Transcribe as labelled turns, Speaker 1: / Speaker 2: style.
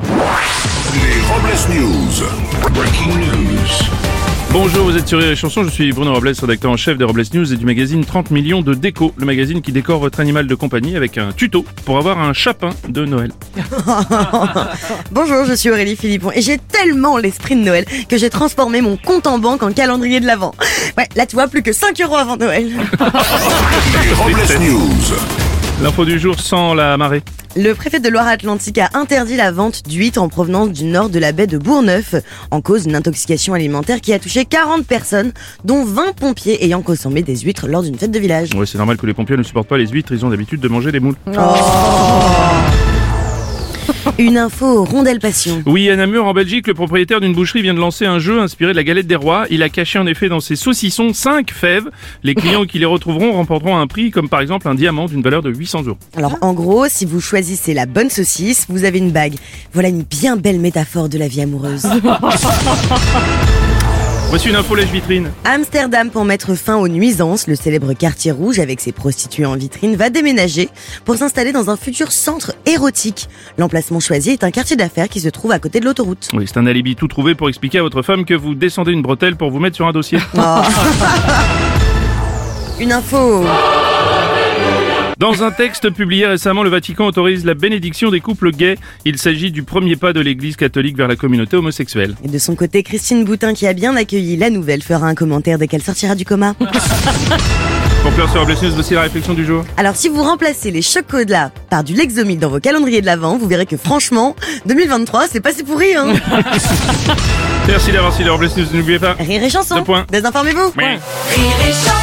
Speaker 1: Les Robles News. Breaking news.
Speaker 2: Bonjour, vous êtes sur Rire et Chanson, je suis Bruno Robles, rédacteur en chef des Robles News et du magazine 30 millions de déco, le magazine qui décore votre animal de compagnie avec un tuto pour avoir un chapin de Noël.
Speaker 3: Bonjour, je suis Aurélie Philippon et j'ai tellement l'esprit de Noël que j'ai transformé mon compte en banque en calendrier de l'Avent. Ouais, là tu vois plus que 5 euros avant Noël.
Speaker 1: Les Robles News.
Speaker 2: L'info du jour sans la marée.
Speaker 3: Le préfet de Loire-Atlantique a interdit la vente d'huîtres en provenance du nord de la baie de Bourneuf en cause d'une intoxication alimentaire qui a touché 40 personnes, dont 20 pompiers ayant consommé des huîtres lors d'une fête de village.
Speaker 2: Ouais, c'est normal que les pompiers ne supportent pas les huîtres, ils ont l'habitude de manger les moules.
Speaker 3: Une info rondelle passion.
Speaker 2: Oui, à Namur, en Belgique, le propriétaire d'une boucherie vient de lancer un jeu inspiré de la galette des rois. Il a caché en effet dans ses saucissons 5 fèves. Les clients qui les retrouveront remporteront un prix, comme par exemple un diamant d'une valeur de 800 euros.
Speaker 3: Alors en gros, si vous choisissez la bonne saucisse, vous avez une bague. Voilà une bien belle métaphore de la vie amoureuse.
Speaker 2: Voici une info lèche vitrine.
Speaker 3: Amsterdam, pour mettre fin aux nuisances, le célèbre quartier rouge avec ses prostituées en vitrine va déménager pour s'installer dans un futur centre érotique. L'emplacement choisi est un quartier d'affaires qui se trouve à côté de l'autoroute.
Speaker 2: Oui, c'est un alibi tout trouvé pour expliquer à votre femme que vous descendez une bretelle pour vous mettre sur un dossier.
Speaker 3: Une info
Speaker 2: Dans un texte publié récemment, le Vatican autorise la bénédiction des couples gays. Il s'agit du premier pas de l'Église catholique vers la communauté homosexuelle.
Speaker 3: Et de son côté, Christine Boutin, qui a bien accueilli la nouvelle, fera un commentaire dès qu'elle sortira du coma.
Speaker 2: Pour clore sur Robles News, voici la réflexion du jour.
Speaker 3: Alors si vous remplacez les chocolats par du Lexomil dans vos calendriers de l'Avent, vous verrez que franchement, 2023, c'est passé pourri, hein
Speaker 2: Merci d'avoir suivi les Robles News, n'oubliez pas.
Speaker 3: Rire et chanson
Speaker 2: Deux points.
Speaker 3: Désinformez-vous
Speaker 2: Ouais.
Speaker 4: Rire et chanson